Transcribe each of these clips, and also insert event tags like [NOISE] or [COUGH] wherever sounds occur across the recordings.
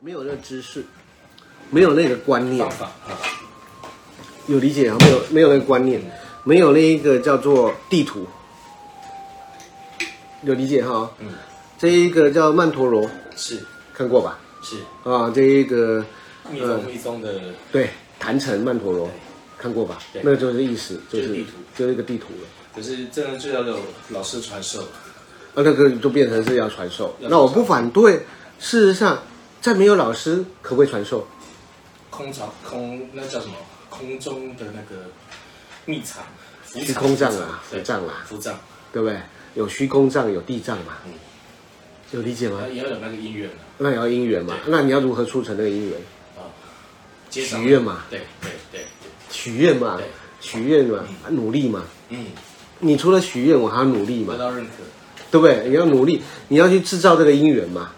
没有那个知识，没有那个观念方，法啊，有理解啊？没有没有那个观念，没有那一个叫做地图，有理解哈？嗯，这一个叫曼陀罗，是看过吧？是啊，这一个密宗密宗的对坛城曼陀罗，看过吧？对那个就是意思，就就是是地图就是一个地图了。可是真的就要有老师传授，啊，那个就变成是要传授。要那我不反对。事实上，在没有老师，可不可以传授？空藏空那叫什么？空中的那个密藏，伏藏虚空藏啊对伏藏啊伏藏，对不对？有虚空藏，有地藏嘛嗯，有理解吗那？也要有那个因缘啊那也要因缘嘛。那你要如何促成那个因缘？啊，接上许愿嘛，对对对对，许愿嘛对，许愿嘛，努力嘛。嗯，你除了许愿，我还要努力嘛得，到认可，对不对？你要努力，你要去制造这个因缘嘛，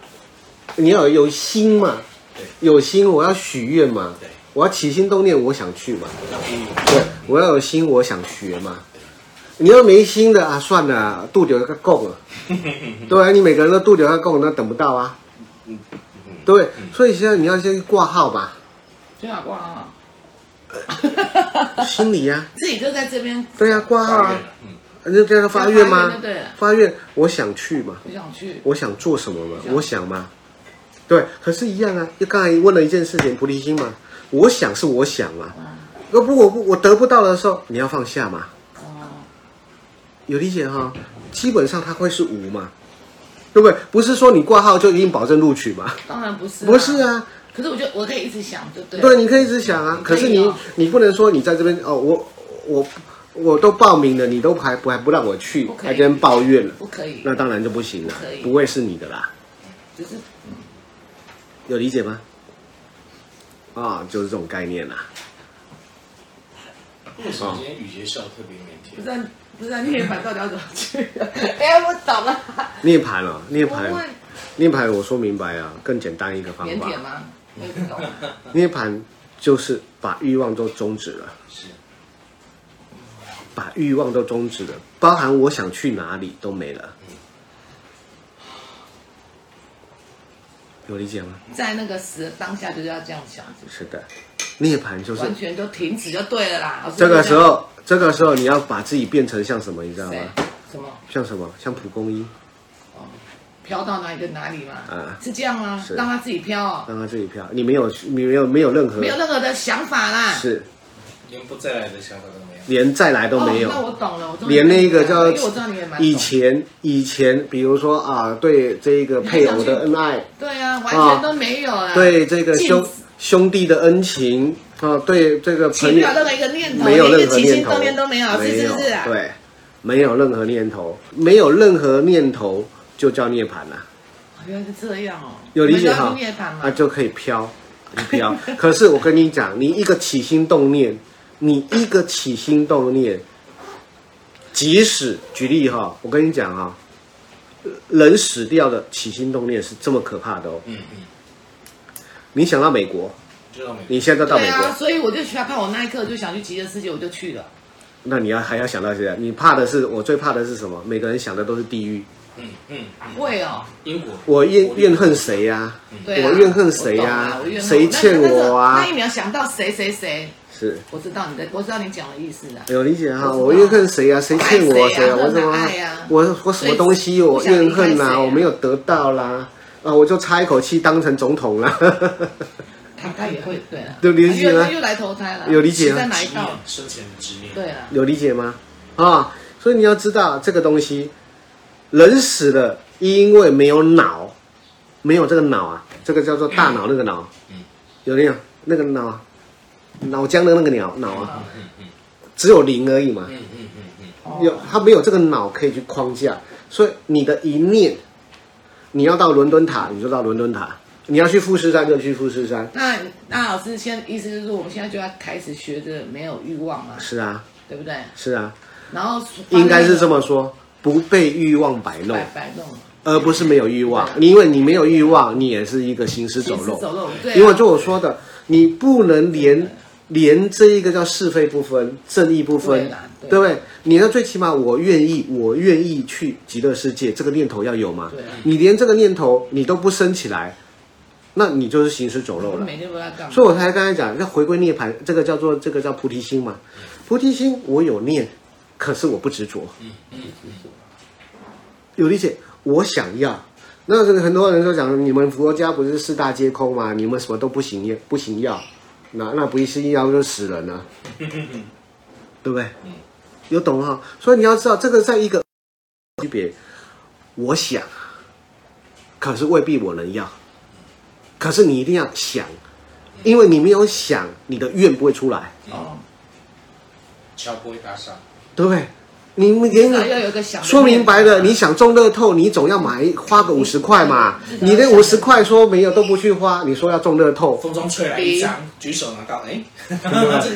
你要有心嘛对，有心我要许愿嘛对，我要起心动念，我想去嘛。要给你对，我要有心，我想学嘛。你要没心的啊，算了啊，度有个供了。 [LAUGHS] 对啊，你每个人都度有个供，那等不到啊。嗯对不对，所以现在你要先挂号 [LAUGHS] 吧，去哪挂 [LAUGHS] 啊？心理呀、自己就在这边，对呀、挂号发愿啊，了，嗯，就叫他发愿发愿吗就对了？发愿，我想去嘛，不想去。我想做什么嘛，我想嘛。对，可是，一样啊，就刚才问了一件事情，菩提心嘛，我想是我想嘛，要不我不我得不到的时候，你要放下嘛。哦，有理解哈、基本上它会是无嘛，对不对？不是说你挂号就一定保证录取嘛？当然不是、不是。啊，可是我觉得我可以一直想，就对。对，，你可以一直想啊。可可以是你哦你不能说你在这边哦，我我我都报名了，你都还不还不让我去不，可以还跟人抱怨了，不可以，那当然就不行了不可，以不会是你的啦，只是有理解吗？啊、就是这种概念啦。为哦什么今天雨杰笑得特别腼不腆知？道不知道涅槃到底要怎么 [LAUGHS] 去？哎，我懂了。涅槃了、涅我槃会，涅槃，我说明白啊，更简单一个方腼法，腆吗？我也不懂。涅槃就是把欲望都终止了。是把欲望都终止了，包含我想去哪里都没了。有理解吗？在那个时当下就是要这样想，是不是的，涅槃就是是完全就停止就对了啦。老师这个时候，这个时候你要把自己变成像什么，你知道谁吗？什么像什么？像蒲公英，飘到哪里就哪里嘛？啊是这样吗是？让他自己飘哦、让它自己飘。你没有，你没有，没有任何没有任何的想法啦。嗯是连不再来的想法都没有。连再来都没有。哦、那我懂了，我终于连那个明白了叫因为我知道你也蛮懂以前以前，比如说啊，对这个配偶的恩爱，对啊，完全都没有啊啦。对这个禁兄兄弟的恩情啊，对这个起朋不友了任何一个念头，没有连一任个何起念心头，动念都没有，是是不是啊？没有对，没有任何念头，没有任何念头就叫涅槃啦、原来是这样哦，有理解我哈们都要去涅槃？啊，嘛，就可以飘，飘。 [LAUGHS] 可是我跟你讲，你一个起心动念，你一个起心动念，即使举例哈、我跟你讲哈、人死掉的起心动念是这么可怕的哦。嗯嗯，你想到美国，知道没？你现在到美对国，啊，所以我就需要看我那一刻就想去极乐世界，我就去了。那你要还要想到现在，你怕的是我最怕的是什么？每个人想的都是地狱。嗯嗯，嗯会哦，因果我怨怨恨谁呀、对啊，我怨恨谁呀我懂啊我怨恨谁欠我啊但是那一秒想到谁谁谁，是我知道你的，我知道你讲的意思啦。哎有理解哈，我我知道怨恨谁呀？谁欠我爱谁谁啊啊？我怎么恨啊爱啊我我什么东西我所以怨恨不想离呐？开谁啊我没有得到啦，啊，我就差一口气当成总统啦。 [LAUGHS] 他他也会对了，啊有理解吗又又来投胎了，有理解是在吗哪一执道念？，生前的执念。对，啊了，有理解吗？啊，所以你要知道这个东西，人死了，因为没有脑，没有这个脑啊，这个叫做大脑那个脑嗯，有没有那个脑啊？脑浆的那个脑脑啊，嗯嗯只有零而已嘛。嗯嗯嗯嗯，哦有他没有这个脑可以去框架，所以你的一念，你要到伦敦塔，你就到伦敦塔；你要去富士山，就去富士山。那那老师现在意思就是，我们现在就要开始学着没有欲望嘛，是啊，对不对？是啊，然后应该是这么说，不被欲望摆弄摆，摆弄，而不是没有欲望。你因为你没有欲望，你也是一个行尸走行尸肉。走肉，对啊，因为就我说的，你不能连连这一个叫是非不分、正义不分对啦，对对不对？你要最起码我愿意，我愿意去极乐世界这个念头要有吗对啊？你连这个念头你都不升起来，那你就是行尸走肉了。每天不知道干嘛。所以我才刚才讲，要回归涅槃，这个叫做这个叫菩提心嘛。菩提心我有念，可是我不执着。有理解？我想要。那这个很多人说讲，你们佛家不是四大皆空吗？你们什么都不行也不行要，那那不是要就死人了，对不对？有懂哈？所以你要知道，这个在一个区别，我想，可是未必我能要，可是你一定要想。因为你没有想，你的愿不会出来，哦，敲不会搭上，对不对？你们给至你少要有一个想的说明白了，念头你想中乐透，你总要买花个五十块嘛。嗯你那五十块说没有都不去花，你说要中乐透，风中吹来一张，举手拿到，哎，嗯 这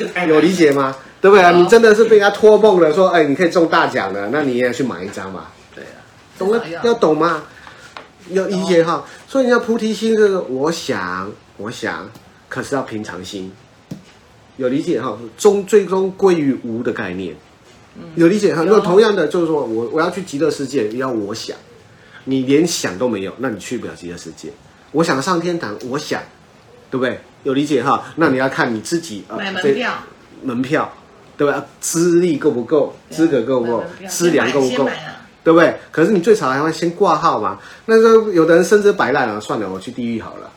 [LAUGHS] 个太难有理解吗？对不对啊？有你真的是被人家托梦了，说哎你可以中大奖了，那你也去买一张嘛，对啊，懂了至少要要懂吗？要理解哈。所以你要菩提心，就是我想，我想，可是要平常心，有理解哈？终最终归于无的概念。有理解哈？嗯有啊那同样的就是说我我要去极乐世界，要我想，你连想都没有，那你去不了极乐世界。我想上天堂，我想，对不对？有理解哈？那你要看你自己呃买这门票，门票，对吧？资历够不够？资格够不够啊买门？票资粮够不先够买？啊对不对？可是你最少还会先挂号嘛？那时候有的人甚至摆烂了，算了，我去地狱好了，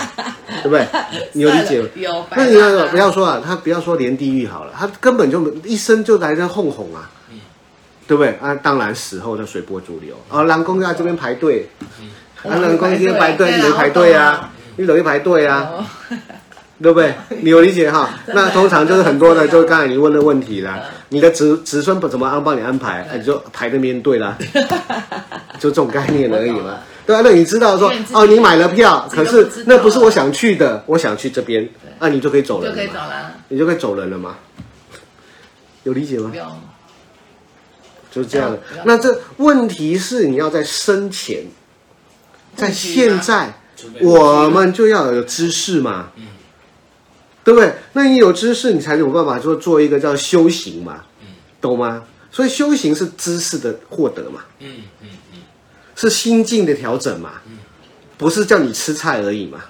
[LAUGHS] 对不 [LAUGHS] 对？你有理解吗？算了有白那烂啊你要不要说啊？他不要说连地狱好了，他根本就一生就来这哄哄啊，嗯对不对？啊，当然死后就随波逐流。啊，南宫在这边排队，嗯啊，南宫今天排队，你没排队啊？你等于排队啊？哦，对不对？你有理解 [LAUGHS] 哈？那通常就是很多的，就是刚才你问的问题啦嗯。你的子子孙怎么安帮你安排，哎你就排那边对 [LAUGHS] 啦，就这种概念而已我懂嘛了。对啊，那你知道说因为你自己哦，你买了票，自可己都是不知道那不是我想去的，我想去这边，那你就可以啊 [LAUGHS] 走人哦就可以了走嘛，了，你就可以走人了嘛。有理解吗不？用。就是这样的不要。那这问题是你要在生前，在啊现在，准备我们就要有知识嘛，对不对？那你有知识，你才有办法做做一个叫修行嘛，懂吗？所以修行是知识的获得嘛，嗯嗯嗯是心境的调整嘛，不是叫你吃菜而已嘛，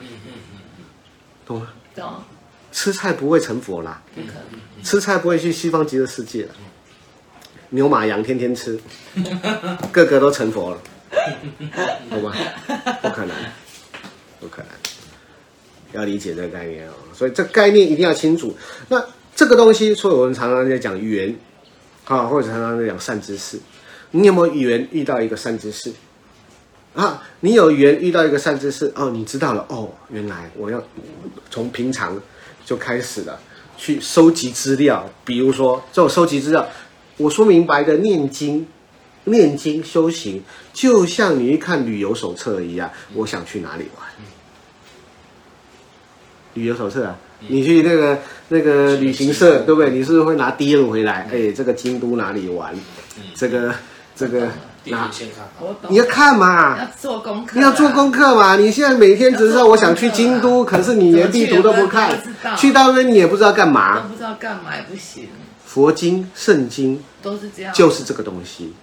懂吗？懂，吃菜不会成佛啦，不可能。吃菜不会去西方极乐世界了，牛马羊天天吃，个个都成佛了，懂吗？不可能，不可能。要理解这个概念哦，所以这概念一定要清楚。那这个东西，所以我们常常在讲缘，啊，或者常常在讲善知识。你有没有缘遇到一个善知识？啊，你有缘遇到一个善知识哦，你知道了哦，原来我要从平常就开始了去收集资料，比如说这种收集资料，我说明白的念经。念经修行，就像你去看旅游手册一样，我想去哪里玩？旅游手册啊，你去那个那个旅行社，对不对？你是不是会拿 D N 回来？哎，这个京都哪里玩？这个这个地哪图？先看好，我懂。你要看嘛，要做功课啊，你要做功课嘛？你现在每天只知道我想去京都，可是你连地图都不看嗯怎么去也不知道，去到那边你也不知道干都嘛。不知道干嘛也不行，佛经、圣经都是这样。就是这个东西，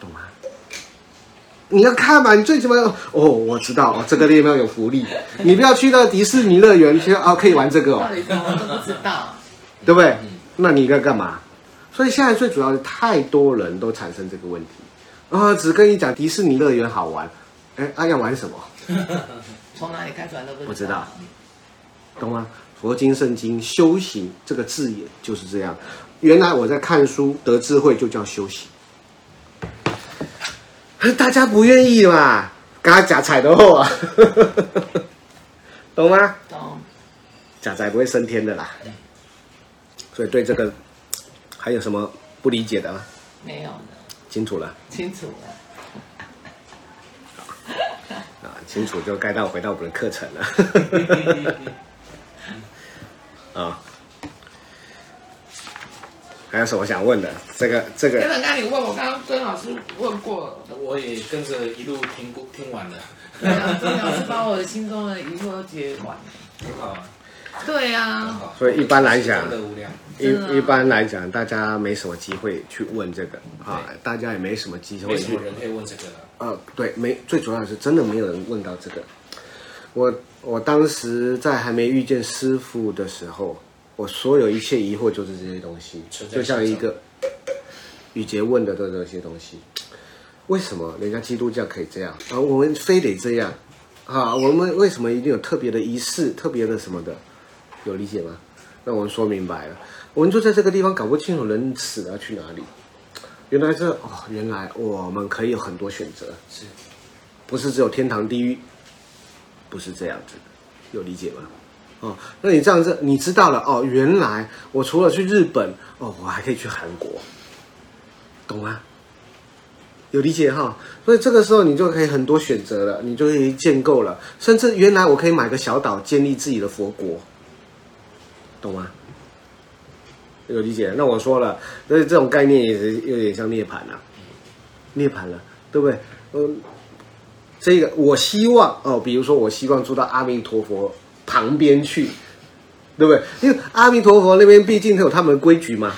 懂吗？你要看嘛，你最起码要哦，我知道哦，这个地方有福利，你不要去到迪士尼乐园去哦，可以玩这个哦到，底什么都不知道，对不对？那你应该干嘛？所以现在最主要是太多人都产生这个问题，啊、只跟你讲迪士尼乐园好玩，哎，啊要玩什么？从哪里开始玩都不不知道，懂吗？佛经、圣经、修行这个字眼就是这样。原来我在看书得智慧，就叫修行。可是大家不愿意嘛，刚刚假彩的货 [LAUGHS] 啊，懂吗？懂？假仔不会升天的啦。所以对这个还有什么不理解的吗？没有的，清楚了清楚了。啊，清楚就该到回到我们的课程了。 [LAUGHS] 啊，还有什么想问的？这个这个真的，刚你问我，刚刚孙老师问过了，我也跟着一路听过听完 [LAUGHS] 了，对啊孙老师把我心中的疑惑都解完。很好啊，对很啊，好。所以一般来讲真的无量，真的啊一一般来讲，大家没什么机会去问这个啊，大家也没什么机没会什去啊么人会问这个了。呃，对，没最主要的是真的没有人问到这个。我我当时在还没遇见师傅的时候，我所有一切疑惑就是这些东西，存在就像心一中个雨杰问的这这些东西，为什么人家基督教可以这样，而我们非得这样？啊，我们为什么一定有特别的仪式、特别的什么的？有理解吗？那我们说明白了，我们就在这个地方搞不清楚人死了要去哪里。原来这哦，原来我们可以有很多选择，是不是只有天堂地狱，不是这样子的，有理解吗？哦，那你这样子，你知道了哦，原来我除了去日本，哦，我还可以去韩国，懂吗？有理解哈，所以这个时候你就可以很多选择了，你就可以建构了，甚至原来我可以买个小岛建立自己的佛国，懂吗？有理解？那我说了，所以这种概念也是有点像涅槃啊，涅槃了，对不对？嗯，这个我希望哦，比如说我希望住到阿弥陀佛旁边去，对不对？因为阿弥陀佛那边毕竟有他们的规矩嘛，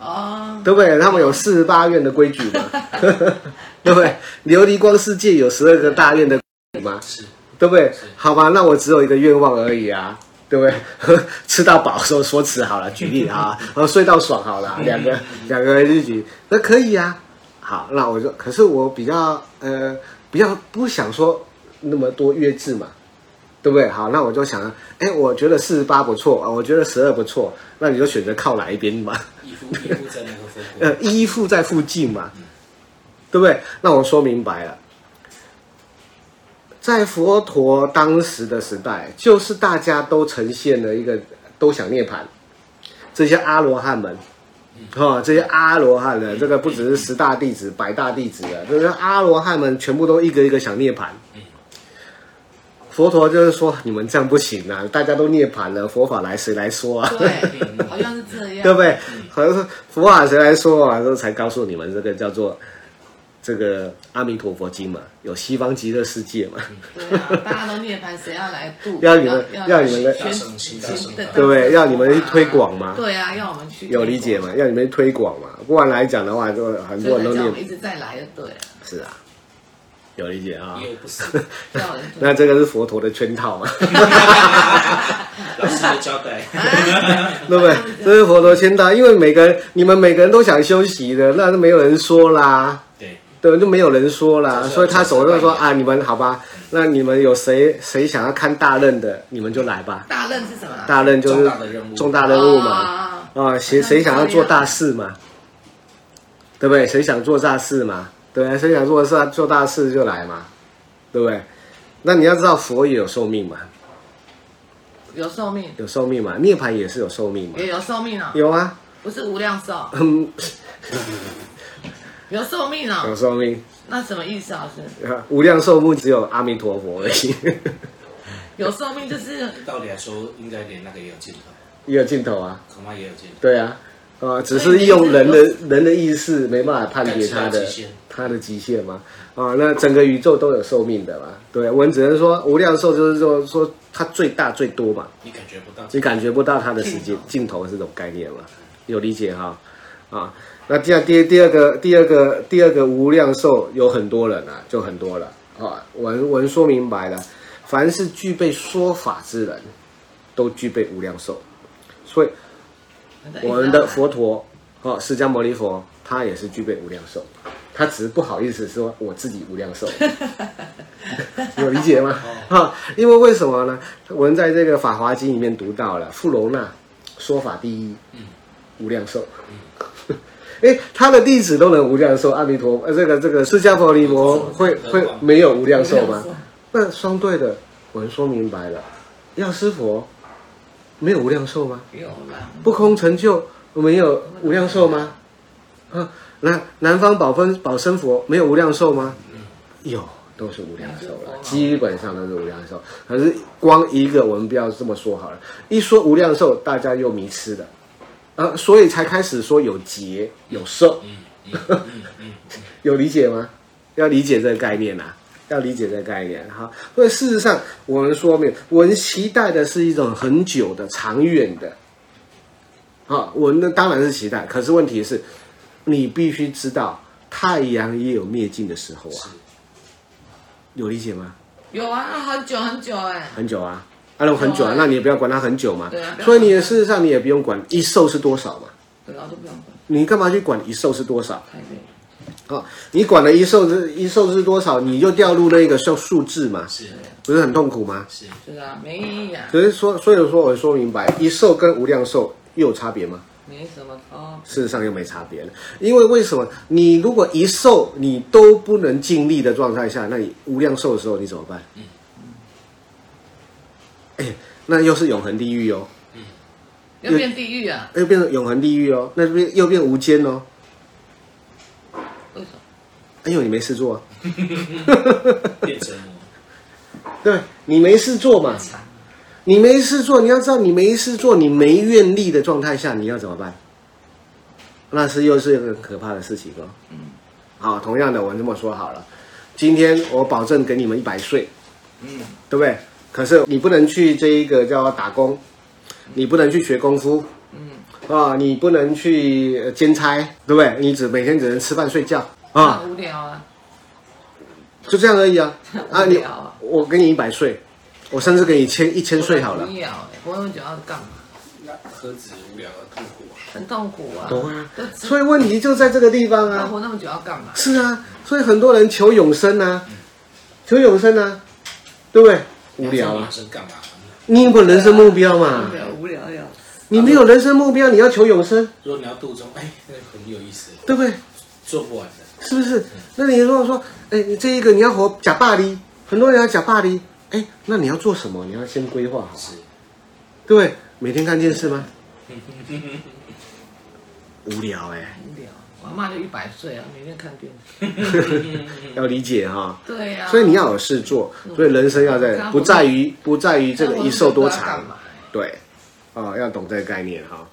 哦，对不对？他们有四十八愿的规矩嘛， [LAUGHS] 对不对？琉璃光世界有十二个大愿的规矩嘛，是，对不对？好吧，那我只有一个愿望而已啊，对不对？ [LAUGHS] 吃到饱说说吃好了，举例啊，然后睡到爽好了，两嗯个两个日举，那可以啊。好，那我就，可是我比较呃比较不想说那么多约制嘛，对不对？好，那我就想，哎，我觉得四十八不错啊，我觉得十二不错，那你就选择靠哪一边嘛。[LAUGHS] 依附依附在那个佛国，呃依附在附近嘛，对不对？那我说明白了，在佛陀当时的时代，就是大家都呈现了一个都想涅槃，这些阿罗汉们。哦，这些阿罗汉的这个不只是十大弟子、百大弟子啊的，这些阿罗汉们全部都一个一个想涅槃。佛陀就是说，你们这样不行啊，大家都涅槃了，佛法来谁来说啊？对，好像是这 [LAUGHS] 样，对不对？好像是佛法谁来说啊？这才告诉你们这个叫做这个阿弥陀佛经嘛，有西方极乐世界嘛，对啊，大家都涅槃，谁要来度？要你们要要你们来全大圣全大圣对对不对？要你们去推广嘛，对啊，要我们去 [LAUGHS] 有理解？嘛？要你们去推广嘛，不然来讲的话，就很所多人都以才叫我念们一直在来就对了，是啊，有理解啊。也有不死，叫人 [LAUGHS] 那这个是佛陀的圈套嘛， [LAUGHS] 老师的交代，对不对？这是佛陀圈套，因为每个人你们每个人都想休息的，那就没有人说啦。对，对，就没有人说啦，就是所以他手就就是说外面啊，你们好吧，那你们有谁谁想要看大任的，你们就来吧。大任是什么啊？大任就是重大的任务重大任务嘛，啊啊，谁好像是谁想要这样做大事嘛，对不对？谁想做大事嘛，对不啊对？谁想做事做大事就来嘛，对不对？那你要知道，佛也有寿命嘛，有寿命，有寿命嘛，涅槃也是有寿命嘛，也有寿命啊，有啊，不是无量寿，嗯，有寿命啊有，寿命，那什么意思啊？老师，无量寿命只有阿弥陀佛而已， [LAUGHS] 有寿命就是道理来说，应该连那个也有尽头，也有尽头啊。恐怕也有尽头，对啊，啊，只是用人的人的意识没办法判别它但是它的有极限它的极限嘛，啊，那整个宇宙都有寿命的嘛，对，我们只能说无量寿就是说说它最大最多嘛，你感觉不到，你感觉不到它的时间尽头是这种概念嘛，有理解哈，啊，那第二第第二个第二个第二个无量寿有很多人啊，就很多了啊，我们我们说明白了，凡是具备说法之人，都具备无量寿，所以。我们的佛陀哦，释迦牟尼佛，他也是具备无量寿，他只是不好意思说我自己无量 [LAUGHS] 寿，有理解吗？哈、因为为什么呢？我们在这个《法华经》里面读到了富楼那说法第一，无量寿。 [LAUGHS] 哎，他的弟子都能无量寿，阿弥陀佛，呃，这个这个释迦牟尼佛会会没有无量寿吗无量寿？那相对的，我们说明白了，药师佛没有无量寿吗？有啦，不空成就没有无量寿吗？啊，南南方宝分宝生佛没有无量寿吗？有，都是无量寿了，基本上都是无量寿。可是光一个，我们不要这么说好了，一说无量寿，大家又迷失了，啊，所以才开始说有劫有寿，嗯有理解吗？要理解这个概念啊。要理解这个概念哈，所以事实上，我们说明，我们期待的是一种很久的、长远的，啊，我那当然是期待，可是问题是，你必须知道，太阳也有灭尽的时候啊，有理解吗？有啊，那很久很久哎、很久啊，啊，那很久啊，那你也不要管它很久嘛。对啊所以你也事实上你也不用管一售是多少嘛，对啊，都不用管，你干嘛去管一售是多少？太累了。啊，你管了一售是一售是多少，你就掉入那个叫数字嘛，是不是很痛苦吗？ [LAUGHS] 是，是啊，没意义啊，可是说，所以说我说明白，一售跟无量寿又有差别吗？没什么哦。事实上又没差别了，因为为什么？你如果一受你都不能尽力的状态下，那你无量寿的时候你怎么办？哎，那又是永恒地狱哦，要变地狱啊？又变成永恒地狱哦，那边又变无间哦，为什么？哎呦，你没事做、啊，变成魔，对你没事做嘛，你没事做，你要知道你没事做，你没愿力的状态下，你要怎么办？那是又是一个很可怕的事情哦。嗯，好，同样的，我这么说好了，今天我保证给你们一百岁，嗯，对不对？可是你不能去这一个叫打工，你不能去学功夫，嗯，啊，你不能去呃兼差，对不对？你只每天只能吃饭睡觉啊。很无聊啊，就这样而已啊啊！无你聊啊我给你一百岁，我甚至给你千一千岁好了无。聊哎、我有酒要干嘛？那何止无聊而痛苦啊！很痛苦啊。懂啊都吃所以问题就在这个地方要啊。活那么久要干嘛？是啊，所以很多人求永生啊，求永生啊，对不对？无聊啊人，生干嘛？你有没有人生目标嘛？对啊，无聊呀。你没有人生目标，你要求永生，如果你要度中，哎，那很有意思，对不对？做不完的。是不是？那你如果说，哎，你这一个你要活假巴黎，很多人要假巴黎，哎，那你要做什么？你要先规划好，是，对不对？每天看电视 [LAUGHS] 吗？无聊哎、无聊，我妈就一百岁啊，每天看电视。要理解哈、对呀、啊。所以你要有事做，所以人生要在嗯不在于不在于这个一寿多那我长哦们不知道干嘛，对，啊、要懂这个概念哈、